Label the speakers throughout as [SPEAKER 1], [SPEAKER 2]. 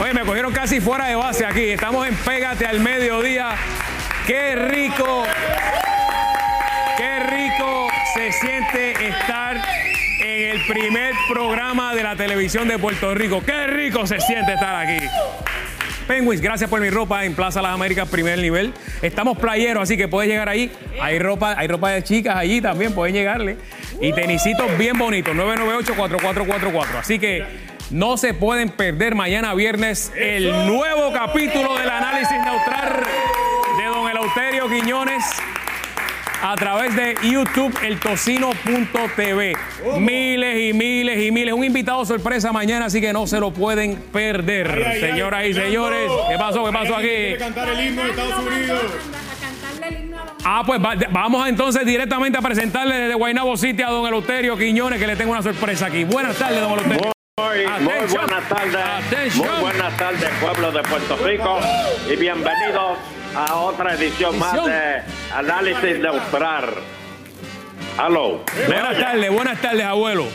[SPEAKER 1] Oye, me cogieron casi fuera de base aquí. Estamos en Pégate al Mediodía. ¡Qué rico! ¡Qué rico se siente estar en el primer programa de la televisión de Puerto Rico! ¡Qué rico se siente estar aquí! Penguins, gracias por mi ropa en Plaza Las Américas, primer nivel. Estamos playeros, así que puedes llegar ahí. Hay ropa, hay ropa de chicas allí también, pueden llegarle. Y tenisitos bien bonitos, 998-4444. Así que no se pueden perder mañana viernes el nuevo capítulo del análisis neutral de don Eleuterio Quiñones a través de YouTube eltocino.tv. Miles y miles y miles. Un invitado sorpresa mañana, así que no se lo pueden perder.
[SPEAKER 2] Ay, ay, ay,
[SPEAKER 1] Señoras y
[SPEAKER 2] Fernando.
[SPEAKER 1] señores, ¿qué pasó? ¿Qué
[SPEAKER 2] Hay
[SPEAKER 1] pasó
[SPEAKER 2] alguien que quiere
[SPEAKER 1] aquí?
[SPEAKER 2] cantar el himno de Estados Unidos.
[SPEAKER 1] Ah, pues va- vamos a, entonces directamente a presentarle desde Guaynabo City a don Eleuterio Quiñones, que le tengo una sorpresa aquí. Buenas tardes, don Eleuterio.
[SPEAKER 3] Muy, muy
[SPEAKER 1] Atención.
[SPEAKER 3] buenas tardes,
[SPEAKER 1] Atención.
[SPEAKER 3] muy buenas tardes pueblo de Puerto Rico y bienvenidos a otra edición más
[SPEAKER 1] Edición.
[SPEAKER 3] de Análisis Neutral. Aló, ¿me
[SPEAKER 1] Buenas
[SPEAKER 3] oye?
[SPEAKER 1] tardes, buenas tardes, abuelo.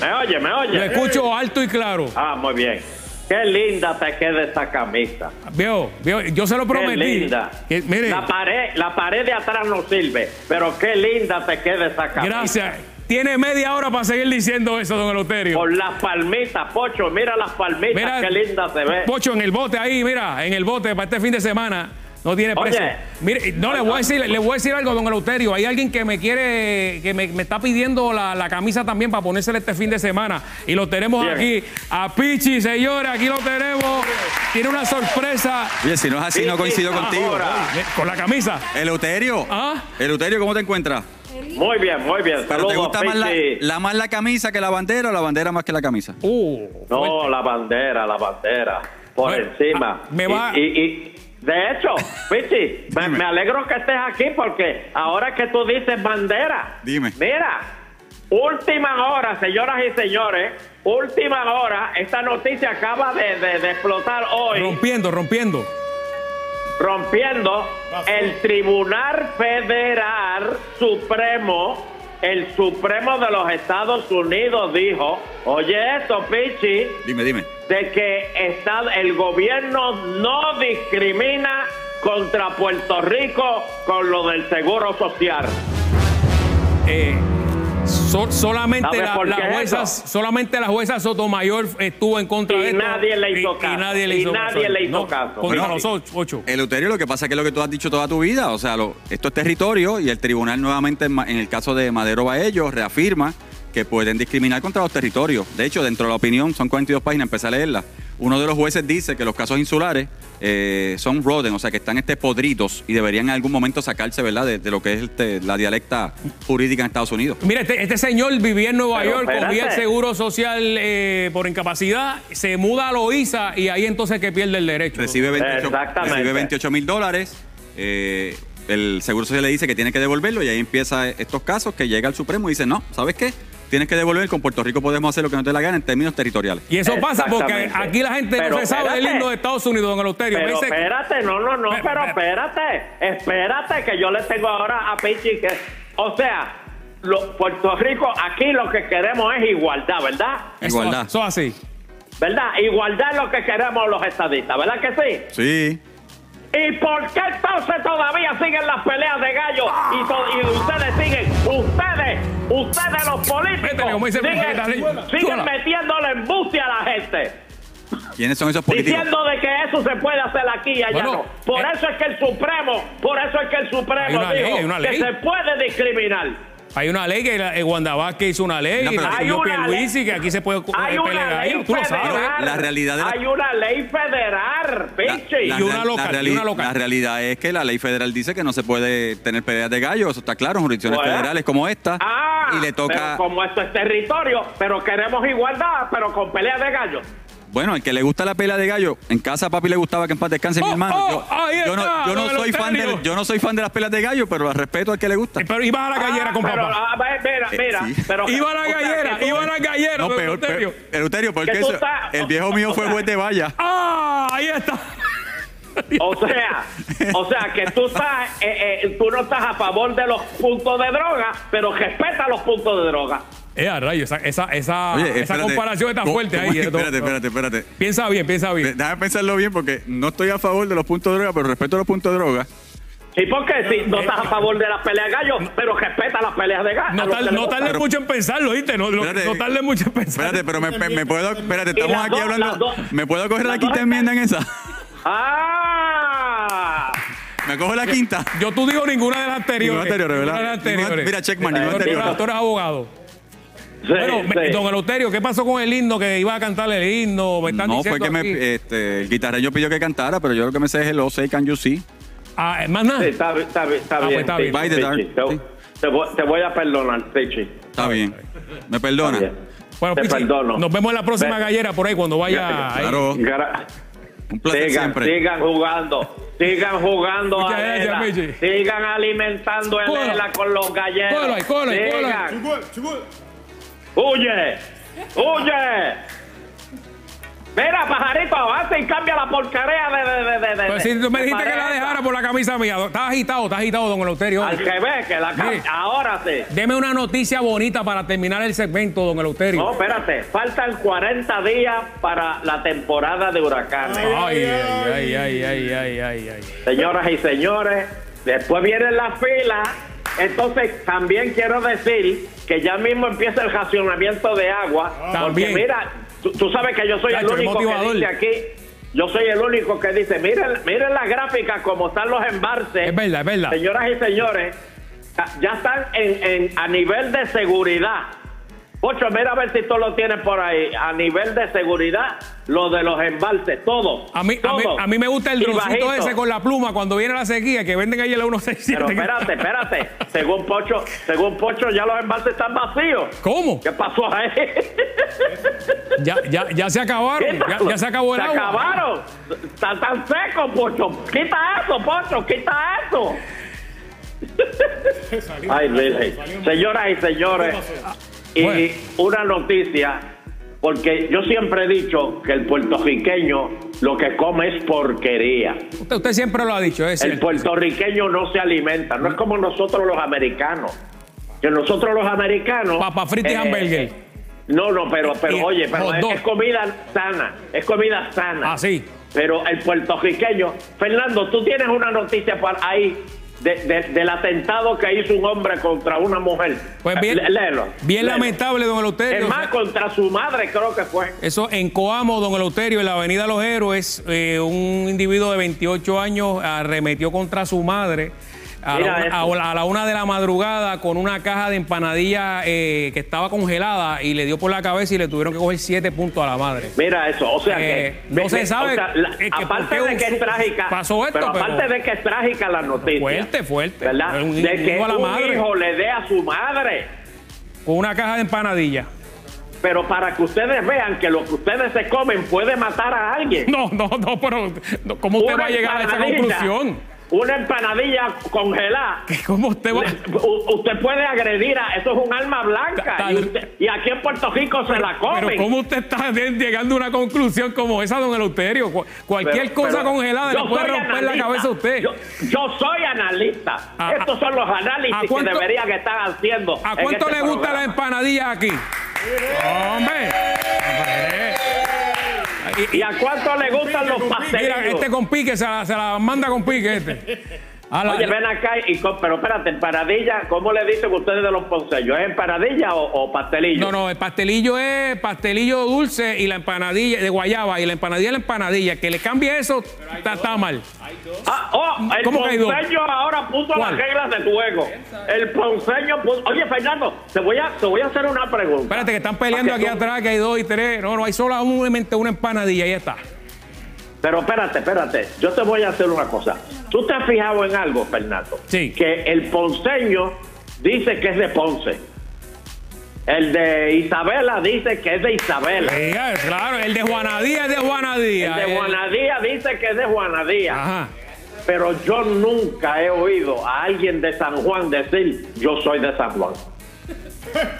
[SPEAKER 3] ¿Me oye? ¿Me
[SPEAKER 1] Lo
[SPEAKER 3] oye?
[SPEAKER 1] escucho alto y claro.
[SPEAKER 3] Ah, muy bien. Qué linda te queda esta camisa.
[SPEAKER 1] Veo, veo, yo se lo
[SPEAKER 3] Qué
[SPEAKER 1] prometí.
[SPEAKER 3] linda.
[SPEAKER 1] Que- mire,
[SPEAKER 3] La pared, la pared de atrás no sirve, pero qué linda te queda esa camisa.
[SPEAKER 1] gracias. Tiene media hora para seguir diciendo eso, don Eleuterio.
[SPEAKER 3] Por las palmitas, Pocho, mira las palmitas,
[SPEAKER 1] Mira,
[SPEAKER 3] qué linda se ve.
[SPEAKER 1] Pocho, en el bote ahí, mira, en el bote para este fin de semana. No tiene
[SPEAKER 3] Oye.
[SPEAKER 1] precio. Mire, no le voy a decir, le voy a decir algo, don Eleuterio. Hay alguien que me quiere, que me, me está pidiendo la, la camisa también para ponérsela este fin de semana. Y lo tenemos
[SPEAKER 3] Bien.
[SPEAKER 1] aquí. A Pichi, señores, aquí lo tenemos. Tiene una sorpresa
[SPEAKER 4] Oye, si no es así, no coincido contigo.
[SPEAKER 3] Ahora.
[SPEAKER 1] eh, con la camisa.
[SPEAKER 4] Eleuterio.
[SPEAKER 1] Ah.
[SPEAKER 4] Eleuterio, ¿cómo te encuentras?
[SPEAKER 3] Muy bien, muy bien.
[SPEAKER 4] ¿Pero te
[SPEAKER 3] Saludos,
[SPEAKER 4] gusta más la,
[SPEAKER 3] Pichi.
[SPEAKER 4] la- más la camisa que la bandera o la bandera más que la camisa?
[SPEAKER 1] Uh,
[SPEAKER 3] No, la bandera, la bandera. Por
[SPEAKER 1] Bueno,
[SPEAKER 3] encima.
[SPEAKER 1] ah, me va-
[SPEAKER 3] Y, y- y- de hecho, Pichi, me, me alegro que estés aquí porque ahora que tú dices bandera.
[SPEAKER 4] Dime.
[SPEAKER 3] Mira, última hora, señoras y señores. Última hora, esta noticia acaba de, de- de explotar hoy,
[SPEAKER 1] rompiendo, rompiendo.
[SPEAKER 3] rompiendo el Tribunal Federal Supremo, el Supremo de los Estados Unidos dijo, oye esto, Pichi,
[SPEAKER 4] Dime, dime.
[SPEAKER 3] de que está, el gobierno no discrimina contra Puerto Rico con lo del seguro social.
[SPEAKER 1] Eh, so- solamente
[SPEAKER 3] ¿Sabes
[SPEAKER 1] la,
[SPEAKER 3] por
[SPEAKER 1] la
[SPEAKER 3] qué
[SPEAKER 1] jueza,
[SPEAKER 3] eso?
[SPEAKER 1] solamente la jueza Sotomayor estuvo en contra
[SPEAKER 3] Y
[SPEAKER 1] de esto.
[SPEAKER 3] nadie le hizo
[SPEAKER 1] y,
[SPEAKER 3] caso.
[SPEAKER 1] Y nadie le
[SPEAKER 3] Y
[SPEAKER 1] hizo
[SPEAKER 3] nadie le hizo caso.
[SPEAKER 1] Contra
[SPEAKER 4] Bueno,
[SPEAKER 1] los ocho. ocho.
[SPEAKER 4] Eleuterio, lo que pasa es que es lo que tú has dicho toda tu vida, o sea, lo- esto es territorio y el tribunal nuevamente en, ma- en el caso de Madero Baello reafirma que pueden discriminar contra los territorios. De hecho, dentro de la opinión, son 42 páginas, empecé a leerla. Uno de los jueces dice que los casos insulares eh, son roden, o sea, que están este podridos y deberían en algún momento sacarse, ¿verdad?, de, de lo que es este, la dialecta jurídica en Estados Unidos.
[SPEAKER 1] Mira, este, este señor vivía en Nueva
[SPEAKER 3] Pero
[SPEAKER 1] York, cogía el
[SPEAKER 3] espérate.
[SPEAKER 1] seguro social eh, por incapacidad, se muda a Loíza y ahí entonces que pierde el derecho.
[SPEAKER 4] Recibe 28
[SPEAKER 3] Exactamente.
[SPEAKER 4] recibe 28 mil dólares. eh, el Seguro Social le dice que tiene que devolverlo y ahí empieza estos casos que llega al Supremo y dice, no, ¿sabes qué? Tienes que devolver, con Puerto Rico podemos hacer lo que no te dé la gana en términos territoriales.
[SPEAKER 1] Y eso pasa porque
[SPEAKER 3] Exactamente.
[SPEAKER 1] aquí la gente
[SPEAKER 3] Pero
[SPEAKER 1] no se sabe del
[SPEAKER 3] espérate.
[SPEAKER 1] himno de Estados Unidos, don Eleuterio. Me
[SPEAKER 3] Pero
[SPEAKER 1] dice-
[SPEAKER 3] espérate, no, no, no,
[SPEAKER 1] Pe-
[SPEAKER 3] pero
[SPEAKER 1] pe-
[SPEAKER 3] espérate, espérate que yo le tengo ahora a Pichi que, o sea, lo- Puerto Rico aquí lo que queremos es igualdad, ¿verdad?
[SPEAKER 1] eso-
[SPEAKER 4] Igualdad.
[SPEAKER 1] Eso así.
[SPEAKER 3] ¿Verdad? Igualdad es lo que queremos los estadistas, ¿verdad que sí?
[SPEAKER 4] Sí.
[SPEAKER 3] ¿Y por qué entonces todavía siguen las peleas de gallos y, to- y ustedes siguen, ustedes, ustedes los
[SPEAKER 1] Vete, como
[SPEAKER 3] políticos,
[SPEAKER 1] dice
[SPEAKER 3] siguen,
[SPEAKER 1] Pepita Rey. Suela.
[SPEAKER 3] siguen metiéndole embuste a la gente,
[SPEAKER 4] ¿Quiénes son esos políticos?
[SPEAKER 3] diciendo de que eso se puede hacer aquí y allá
[SPEAKER 1] Bueno,
[SPEAKER 3] no. Por
[SPEAKER 1] eh,
[SPEAKER 3] eso es que el Supremo, por eso es que el
[SPEAKER 1] Hay
[SPEAKER 3] Supremo
[SPEAKER 1] una ley, hay
[SPEAKER 3] dijo
[SPEAKER 1] una
[SPEAKER 3] que
[SPEAKER 1] ley.
[SPEAKER 3] se puede discriminar.
[SPEAKER 1] Hay una ley que la- eh, Wanda Vázquez hizo una ley,
[SPEAKER 4] No, pero-
[SPEAKER 1] la
[SPEAKER 4] Hay
[SPEAKER 1] señor
[SPEAKER 3] una ley.
[SPEAKER 1] Pierluisi, que aquí se puede eh,
[SPEAKER 3] Hay
[SPEAKER 1] pelear
[SPEAKER 3] una
[SPEAKER 1] ahí,
[SPEAKER 3] ley
[SPEAKER 1] tú lo sabes.
[SPEAKER 3] federal.
[SPEAKER 4] La realidad de la-
[SPEAKER 3] Hay una ley federal,
[SPEAKER 4] La-
[SPEAKER 3] Pichi.
[SPEAKER 4] la
[SPEAKER 1] Y una
[SPEAKER 4] real-
[SPEAKER 1] local,
[SPEAKER 4] la
[SPEAKER 1] y una local.
[SPEAKER 4] la realidad es que la ley federal dice que no se puede tener peleas de gallos, eso está claro, en jurisdicciones
[SPEAKER 3] Bueno.
[SPEAKER 4] federales como esta.
[SPEAKER 3] Ah,
[SPEAKER 4] y le toca...
[SPEAKER 3] pero como esto es territorio, pero queremos igualdad, pero con pelea de gallos.
[SPEAKER 4] Bueno, el que le gusta la pelea de gallo, en casa a papi le gustaba que en paz descanse
[SPEAKER 1] Oh,
[SPEAKER 4] mi hermano.
[SPEAKER 1] oh,
[SPEAKER 4] Yo,
[SPEAKER 1] ahí
[SPEAKER 4] yo no,
[SPEAKER 1] está,
[SPEAKER 4] yo no
[SPEAKER 1] don
[SPEAKER 4] soy fan
[SPEAKER 1] Eleuterio.
[SPEAKER 4] de, yo no soy fan de las peleas de gallo, pero respeto al que le gusta.
[SPEAKER 1] Eh, Pero ibas a la gallera
[SPEAKER 3] Ah,
[SPEAKER 1] con
[SPEAKER 3] pero,
[SPEAKER 1] papá.
[SPEAKER 3] ah, ve- Mira,
[SPEAKER 4] Eh,
[SPEAKER 3] mira,
[SPEAKER 4] sí.
[SPEAKER 3] pero.
[SPEAKER 1] Iba a la
[SPEAKER 3] o sea,
[SPEAKER 1] gallera,
[SPEAKER 3] que tú-
[SPEAKER 1] iba a la gallera,
[SPEAKER 4] No,
[SPEAKER 1] don
[SPEAKER 4] peor,
[SPEAKER 1] Eleuterio.
[SPEAKER 4] peor. Eleuterio, porque
[SPEAKER 3] Que tú
[SPEAKER 4] eso-
[SPEAKER 3] estás-
[SPEAKER 4] el viejo mío fue juez de valla.
[SPEAKER 1] ¡Ah! Ahí está.
[SPEAKER 3] O sea, o sea, que tú estás, eh, eh, tú no estás a favor de los puntos de droga, pero respeta los puntos de droga.
[SPEAKER 1] Eh, a rayos, esa, esa, Ah, esa,
[SPEAKER 4] Oye,
[SPEAKER 1] esa
[SPEAKER 4] espérate.
[SPEAKER 1] comparación está
[SPEAKER 4] Co-
[SPEAKER 1] fuerte ahí. eh, no-
[SPEAKER 4] Espérate, espérate, espérate.
[SPEAKER 1] Piensa bien, piensa bien.
[SPEAKER 4] Déjame pensarlo bien porque no estoy a favor de los puntos de droga, pero respeto los puntos de droga.
[SPEAKER 3] Sí, porque si
[SPEAKER 1] Eh,
[SPEAKER 3] no estás a favor de las peleas de gallos, pero respeta las peleas de gallos.
[SPEAKER 1] No,
[SPEAKER 3] a los
[SPEAKER 1] tar-
[SPEAKER 3] que les
[SPEAKER 1] no
[SPEAKER 3] gusta.
[SPEAKER 1] tardes mucho en pensarlo, ¿viste? No, no,
[SPEAKER 4] Espérate.
[SPEAKER 1] no tardes mucho en pensarlo.
[SPEAKER 4] Espérate, pero me, me- me puedo.
[SPEAKER 3] Y
[SPEAKER 4] Espérate, estamos
[SPEAKER 3] las
[SPEAKER 4] aquí
[SPEAKER 3] dos,
[SPEAKER 4] hablando.
[SPEAKER 3] las dos.
[SPEAKER 4] ¿Me puedo coger la
[SPEAKER 3] Las dos
[SPEAKER 4] quinta
[SPEAKER 3] están-
[SPEAKER 4] enmienda en esa?
[SPEAKER 3] ¡Ah!
[SPEAKER 4] ¿Me cojo la quinta?
[SPEAKER 1] Yo tú digo ninguna de las anteriores.
[SPEAKER 4] Ninguna anterior, ¿verdad?
[SPEAKER 1] Ninguna de las
[SPEAKER 4] Ninguna-
[SPEAKER 1] anteriores.
[SPEAKER 4] mira, checkman, ninguna
[SPEAKER 1] Tú eres-
[SPEAKER 4] anterior.
[SPEAKER 1] Tú eres abogado.
[SPEAKER 3] Sí,
[SPEAKER 1] bueno, me-
[SPEAKER 3] sí.
[SPEAKER 1] don Eleuterio, ¿qué pasó con el himno que iba a cantar el himno? Me están
[SPEAKER 4] No, fue
[SPEAKER 1] diciendo
[SPEAKER 4] que me,
[SPEAKER 1] aquí.
[SPEAKER 4] este, el guitarreño pidió que cantara, pero yo lo que me sé es el O, Say Can You See.
[SPEAKER 1] Ah, más nada.
[SPEAKER 3] Sí, está, bi- está, bi- está
[SPEAKER 1] Ah, pues
[SPEAKER 3] bien.
[SPEAKER 1] está
[SPEAKER 3] sí,
[SPEAKER 1] bien.
[SPEAKER 4] By the
[SPEAKER 3] sí,
[SPEAKER 4] dark,
[SPEAKER 3] sí. Te,
[SPEAKER 4] sí.
[SPEAKER 3] te voy, te voy a perdonar, Pichi. Está
[SPEAKER 4] Está bien. Me perdona.
[SPEAKER 3] bien.
[SPEAKER 1] Bueno,
[SPEAKER 3] te
[SPEAKER 1] Pichi,
[SPEAKER 3] perdono.
[SPEAKER 1] nos vemos en la próxima
[SPEAKER 3] Ve-
[SPEAKER 1] gallera por ahí cuando vaya.
[SPEAKER 3] Gracias.
[SPEAKER 1] ahí.
[SPEAKER 4] Claro,
[SPEAKER 3] Gra-
[SPEAKER 4] un placer
[SPEAKER 3] sigan,
[SPEAKER 4] siempre.
[SPEAKER 3] sigan jugando, sigan jugando
[SPEAKER 1] Muchas
[SPEAKER 3] a Lela,
[SPEAKER 1] gracias, Pichi.
[SPEAKER 3] sigan alimentando a
[SPEAKER 1] Cógelo.
[SPEAKER 3] Lela con los galleros.
[SPEAKER 1] Cógelo ahí, cógelo ahí, cógelo ahí.
[SPEAKER 3] Sigan. Huye, huye. Mira, pajarito, avanza y cambia la porquería de... de, de, de- de-
[SPEAKER 1] Pues si tú me
[SPEAKER 3] de
[SPEAKER 1] dijiste que la
[SPEAKER 3] pareja.
[SPEAKER 1] dejara por la camisa mía. Está agitado, está agitado, don Eleuterio.
[SPEAKER 3] Al que ve, que la
[SPEAKER 1] Mire.
[SPEAKER 3] cambia. Ahora sí.
[SPEAKER 1] Deme una noticia bonita para terminar el segmento, don Eleuterio.
[SPEAKER 3] No, espérate, faltan 40 días para la temporada de huracanes.
[SPEAKER 1] Ay, ay, ay, ay, ay, ay, ay, ay.
[SPEAKER 3] Señoras y señores, después vienen las filas. Entonces, también quiero decir que ya mismo empieza el racionamiento de agua. Porque
[SPEAKER 1] También.
[SPEAKER 3] mira, tú, tú sabes que yo soy
[SPEAKER 1] Chacho, qué
[SPEAKER 3] el único que
[SPEAKER 1] motivador.
[SPEAKER 3] dice aquí. Yo soy el único que dice, miren, miren las gráficas como están los embarques.
[SPEAKER 1] Es verdad, es verdad.
[SPEAKER 3] Señoras y señores, ya están en, en- a nivel de seguridad. Pocho, mira a ver si tú lo tienes por ahí. A nivel de seguridad, lo de los embalses, todo.
[SPEAKER 1] A mí, a, mí,
[SPEAKER 3] todo.
[SPEAKER 1] a mí me gusta el
[SPEAKER 3] Y
[SPEAKER 1] droncito
[SPEAKER 3] bajito.
[SPEAKER 1] ese con la pluma cuando viene la sequía que venden ahí en la 167.
[SPEAKER 3] Pero espérate, espérate. Según Pocho, según Pocho, ya los embalses están vacíos.
[SPEAKER 1] ¿Cómo?
[SPEAKER 3] ¿Qué pasó ahí?
[SPEAKER 1] Ya, ya, ya se acabaron. Ya,
[SPEAKER 3] Quítalo.
[SPEAKER 1] ya se acabó el
[SPEAKER 3] se
[SPEAKER 1] agua.
[SPEAKER 3] acabaron. Están tan secos, Pocho. Quita eso, Pocho, quita eso. Ay, Virgen. Señoras y señores, y
[SPEAKER 1] Bueno.
[SPEAKER 3] una noticia, porque yo siempre he dicho que el puertorriqueño lo que come es porquería.
[SPEAKER 1] Usted, usted siempre lo ha dicho, es
[SPEAKER 3] El
[SPEAKER 1] cierto.
[SPEAKER 3] puertorriqueño no se alimenta, no es como nosotros los americanos. Que nosotros los americanos. eh,
[SPEAKER 1] Papa frita y hamburguer.
[SPEAKER 3] No, no, pero, pero
[SPEAKER 1] Y
[SPEAKER 3] oye, pero
[SPEAKER 1] hot
[SPEAKER 3] es,
[SPEAKER 1] dog.
[SPEAKER 3] es comida sana, es comida sana.
[SPEAKER 1] Ah, sí.
[SPEAKER 3] Pero el puertorriqueño. Fernando, tú tienes una noticia por ahí de- de- del atentado que hizo un hombre contra una mujer.
[SPEAKER 1] Pues bien,
[SPEAKER 3] Eh, léelo,
[SPEAKER 1] bien
[SPEAKER 3] léelo.
[SPEAKER 1] lamentable, don Eleuterio.
[SPEAKER 3] Es más, contra su madre creo que fue.
[SPEAKER 1] Eso en Coamo, don Eleuterio, en la Avenida Los Héroes, eh, un individuo de 28 años arremetió contra su madre a la,
[SPEAKER 3] Mira
[SPEAKER 1] una,
[SPEAKER 3] eso.
[SPEAKER 1] a la- a la una de la madrugada con una caja de empanadillas eh, que estaba congelada y le dio por la cabeza y le tuvieron que coger 7 puntos a la madre.
[SPEAKER 3] Mira eso, o sea
[SPEAKER 1] Eh,
[SPEAKER 3] que
[SPEAKER 1] no
[SPEAKER 3] de-
[SPEAKER 1] se
[SPEAKER 3] de-
[SPEAKER 1] sabe
[SPEAKER 3] o sea, la-
[SPEAKER 1] es que
[SPEAKER 3] aparte
[SPEAKER 1] por qué
[SPEAKER 3] de que
[SPEAKER 1] un-
[SPEAKER 3] es trágica,
[SPEAKER 1] pasó esto, pero-
[SPEAKER 3] aparte de que es trágica la noticia,
[SPEAKER 1] Fuerte, fuerte.
[SPEAKER 3] ¿verdad?
[SPEAKER 1] Un
[SPEAKER 3] de que
[SPEAKER 1] hijo a la
[SPEAKER 3] un
[SPEAKER 1] madre.
[SPEAKER 3] hijo le dé a su madre,
[SPEAKER 1] Con una caja de empanadillas.
[SPEAKER 3] pero para que ustedes vean que lo que ustedes se comen puede matar a alguien.
[SPEAKER 1] No, no, no, pero no, ¿cómo usted
[SPEAKER 3] Una
[SPEAKER 1] va a llegar a esa
[SPEAKER 3] empanadilla-
[SPEAKER 1] conclusión?
[SPEAKER 3] Una empanadilla congelada.
[SPEAKER 1] ¿Cómo usted va?
[SPEAKER 3] le- u- Usted puede agredir a eso es un arma blanca
[SPEAKER 1] Ta- ta-
[SPEAKER 3] y, usted- y aquí en Puerto Rico se la comen.
[SPEAKER 1] Pero ¿cómo usted está de- llegando a una conclusión como esa, don Eleuterio? Cu- cualquier
[SPEAKER 3] Pero-
[SPEAKER 1] cosa
[SPEAKER 3] pero
[SPEAKER 1] congelada
[SPEAKER 3] yo
[SPEAKER 1] le puede
[SPEAKER 3] soy
[SPEAKER 1] romper la
[SPEAKER 3] analista.
[SPEAKER 1] cabeza a usted.
[SPEAKER 3] Yo, yo soy analista.
[SPEAKER 1] ¿A-
[SPEAKER 3] Estos
[SPEAKER 1] a-
[SPEAKER 3] son los
[SPEAKER 1] a
[SPEAKER 3] análisis
[SPEAKER 1] cuánto-
[SPEAKER 3] que deberían que estar haciendo.
[SPEAKER 1] ¿A
[SPEAKER 3] en
[SPEAKER 1] cuánto
[SPEAKER 3] este
[SPEAKER 1] le gusta la em-
[SPEAKER 3] programa.
[SPEAKER 1] empanadilla aquí? ¡Hombre! ¡Hombre! Y- y-
[SPEAKER 3] ¿Y a cuánto le gustan los pasteles?
[SPEAKER 1] mira, este con pique se la, se la manda con pique este. A la-
[SPEAKER 3] Oye, ven acá y co- pero espérate, empanadilla, ¿cómo le dicen ustedes de los ponceños? ¿Es empanadilla o, o pastelillo?
[SPEAKER 1] no, no, el pastelillo es pastelillo dulce y la empanadilla de guayaba y la empanadilla es la empanadilla. Que le cambie eso, está, está mal.
[SPEAKER 3] Ah, oh, el
[SPEAKER 1] ¿Cómo que hay dos?
[SPEAKER 3] ponceño ahora puso
[SPEAKER 1] ¿Cuál?
[SPEAKER 3] las reglas de juego. El ponceño puso. Oye, Fernando, te voy a, te voy a hacer una pregunta.
[SPEAKER 1] Espérate, que están peleando
[SPEAKER 3] Pa'
[SPEAKER 1] aquí
[SPEAKER 3] tú-
[SPEAKER 1] atrás, que hay dos y tres. No, no, hay solamente una empanadilla, ahí está.
[SPEAKER 3] Pero espérate, espérate. Yo te voy a hacer una cosa. ¿Tú te has fijado en algo, Fernando?
[SPEAKER 1] Sí.
[SPEAKER 3] Que el ponceño dice que es de Ponce. El de Isabela dice que es de Isabela.
[SPEAKER 1] Diga, claro, el de Juanadía es de
[SPEAKER 3] El
[SPEAKER 1] Juanadía.
[SPEAKER 3] de
[SPEAKER 1] el-
[SPEAKER 3] Juanadía dice que es de Juanadía.
[SPEAKER 1] Ajá.
[SPEAKER 3] Pero yo nunca he oído a alguien de San Juan decir, yo soy de San Juan.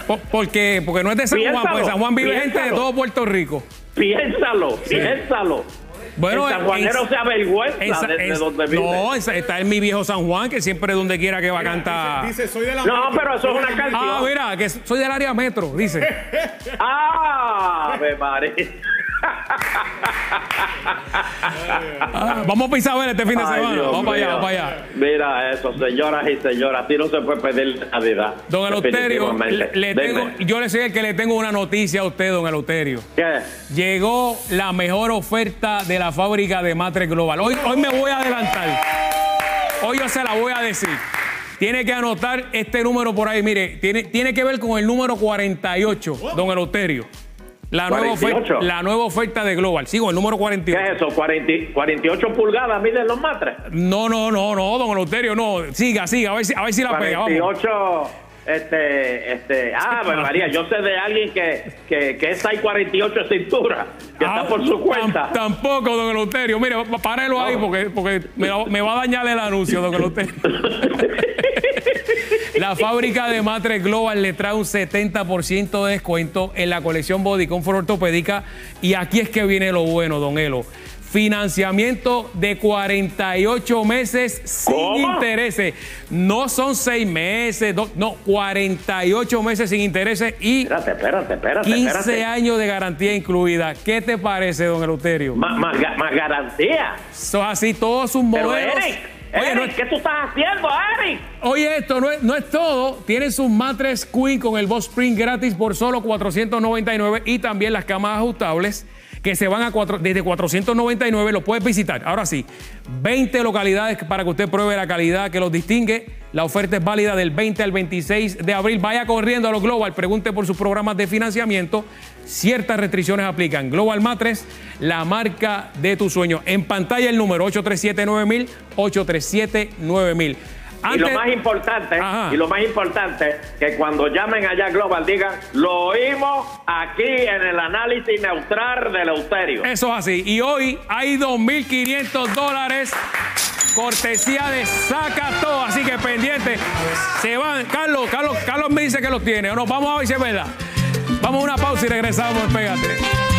[SPEAKER 1] Po- porque, porque no es de San Juan,
[SPEAKER 3] Piénsalo,
[SPEAKER 1] porque San Juan vive gente de
[SPEAKER 3] piénsalo.
[SPEAKER 1] todo Puerto Rico.
[SPEAKER 3] Piénsalo, piénsalo.
[SPEAKER 1] Bueno,
[SPEAKER 3] el sanjuanero
[SPEAKER 1] en-
[SPEAKER 3] se avergüenza
[SPEAKER 1] en Sa-
[SPEAKER 3] de, de
[SPEAKER 1] en-
[SPEAKER 3] donde vive.
[SPEAKER 1] No, en Sa- está en mi viejo San Juan, que siempre donde quiera que va a cantar.
[SPEAKER 2] Dice, soy de la
[SPEAKER 3] No, pero eso es una canción.
[SPEAKER 1] ah, mira, que soy del área metro, dice.
[SPEAKER 3] ¡Ah! Me
[SPEAKER 1] Ah, vamos a pisar a ver este fin de semana. vamos para allá, vamos para allá.
[SPEAKER 3] Mira eso, señoras y señoras. Así no se puede pedir Navidad.
[SPEAKER 1] Don Eleuterio,
[SPEAKER 3] definitivamente.
[SPEAKER 1] le- le tengo-
[SPEAKER 3] Dime,
[SPEAKER 1] yo le soy el que le tengo una noticia a usted, don Eleuterio.
[SPEAKER 3] ¿Qué?
[SPEAKER 1] Llegó la mejor oferta de la fábrica de Matre Global. Hoy, hoy me voy a adelantar. Hoy yo se la voy a decir. Tiene que anotar este número por ahí. Mire, tiene, tiene que ver con el número 48, don Eleuterio. La nueva,
[SPEAKER 3] 48.
[SPEAKER 1] oferta, la nueva oferta de Global. Sigo, el número
[SPEAKER 3] ¿Qué
[SPEAKER 1] 48.
[SPEAKER 3] es eso? 40 48 pulgadas, miren los matres.
[SPEAKER 1] No, no, no, no, don Eleuterio, no. Siga, siga, a ver si, a ver si la pega. Ah, pues, Vamos.
[SPEAKER 3] 48, este, este, ah, pues, María, yo sé de alguien que, que, que es 48 cintura, que
[SPEAKER 1] Ah,
[SPEAKER 3] está por su cuenta.
[SPEAKER 1] tam- tampoco, don Eleuterio. Mire, pa- párelo ahí porque, porque me, la- me va a dañar el anuncio, don Eleuterio. La fábrica de Matres Global le trae un 70% de descuento en la colección Body Comfort Ortopédica. Y aquí es que viene lo bueno, don Elo. Financiamiento de 48 meses sin
[SPEAKER 3] ¿Cómo?
[SPEAKER 1] intereses. No son 6 meses, do- no, 48 meses sin intereses y
[SPEAKER 3] Espérate, espérate, espérate.
[SPEAKER 1] 15
[SPEAKER 3] espérate.
[SPEAKER 1] años de garantía incluida. ¿Qué te parece, don Eleuterio?
[SPEAKER 3] Más, más, ga- más garantía.
[SPEAKER 1] Son así todos sus
[SPEAKER 3] Pero
[SPEAKER 1] modelos.
[SPEAKER 3] Eric,
[SPEAKER 1] Oye,
[SPEAKER 3] Eric,
[SPEAKER 1] no es-
[SPEAKER 3] ¿qué tú estás haciendo, Eric?
[SPEAKER 1] Oye, esto no es, no es todo. Tienen sus matres Queen con el Boss Spring gratis por solo 499 y también las camas ajustables que se van a cuatro- desde 499. Los puedes visitar. Ahora sí, 20 localidades para que usted pruebe la calidad que los distingue. La oferta es válida del 20 al 26 de abril. Vaya corriendo a los Global, pregunte por sus programas de financiamiento. Ciertas restricciones aplican. Global Matres, la marca de tu sueño. En pantalla el número 837-9000, 837-9000.
[SPEAKER 3] Y lo
[SPEAKER 1] Antes-
[SPEAKER 3] más importante,
[SPEAKER 1] Ajá.
[SPEAKER 3] y lo más importante, que cuando llamen allá a Global digan, lo oímos aquí en el análisis neutral del Euterio.
[SPEAKER 1] Eso es así. Y hoy hay 2.500 dólares cortesía de Saca Todo. Así que pendiente. Se van. Carlos, Carlos, Carlos me dice que los tiene. ¿o no? Vamos a ver si es verdad. Vamos a una pausa y regresamos. Pégate.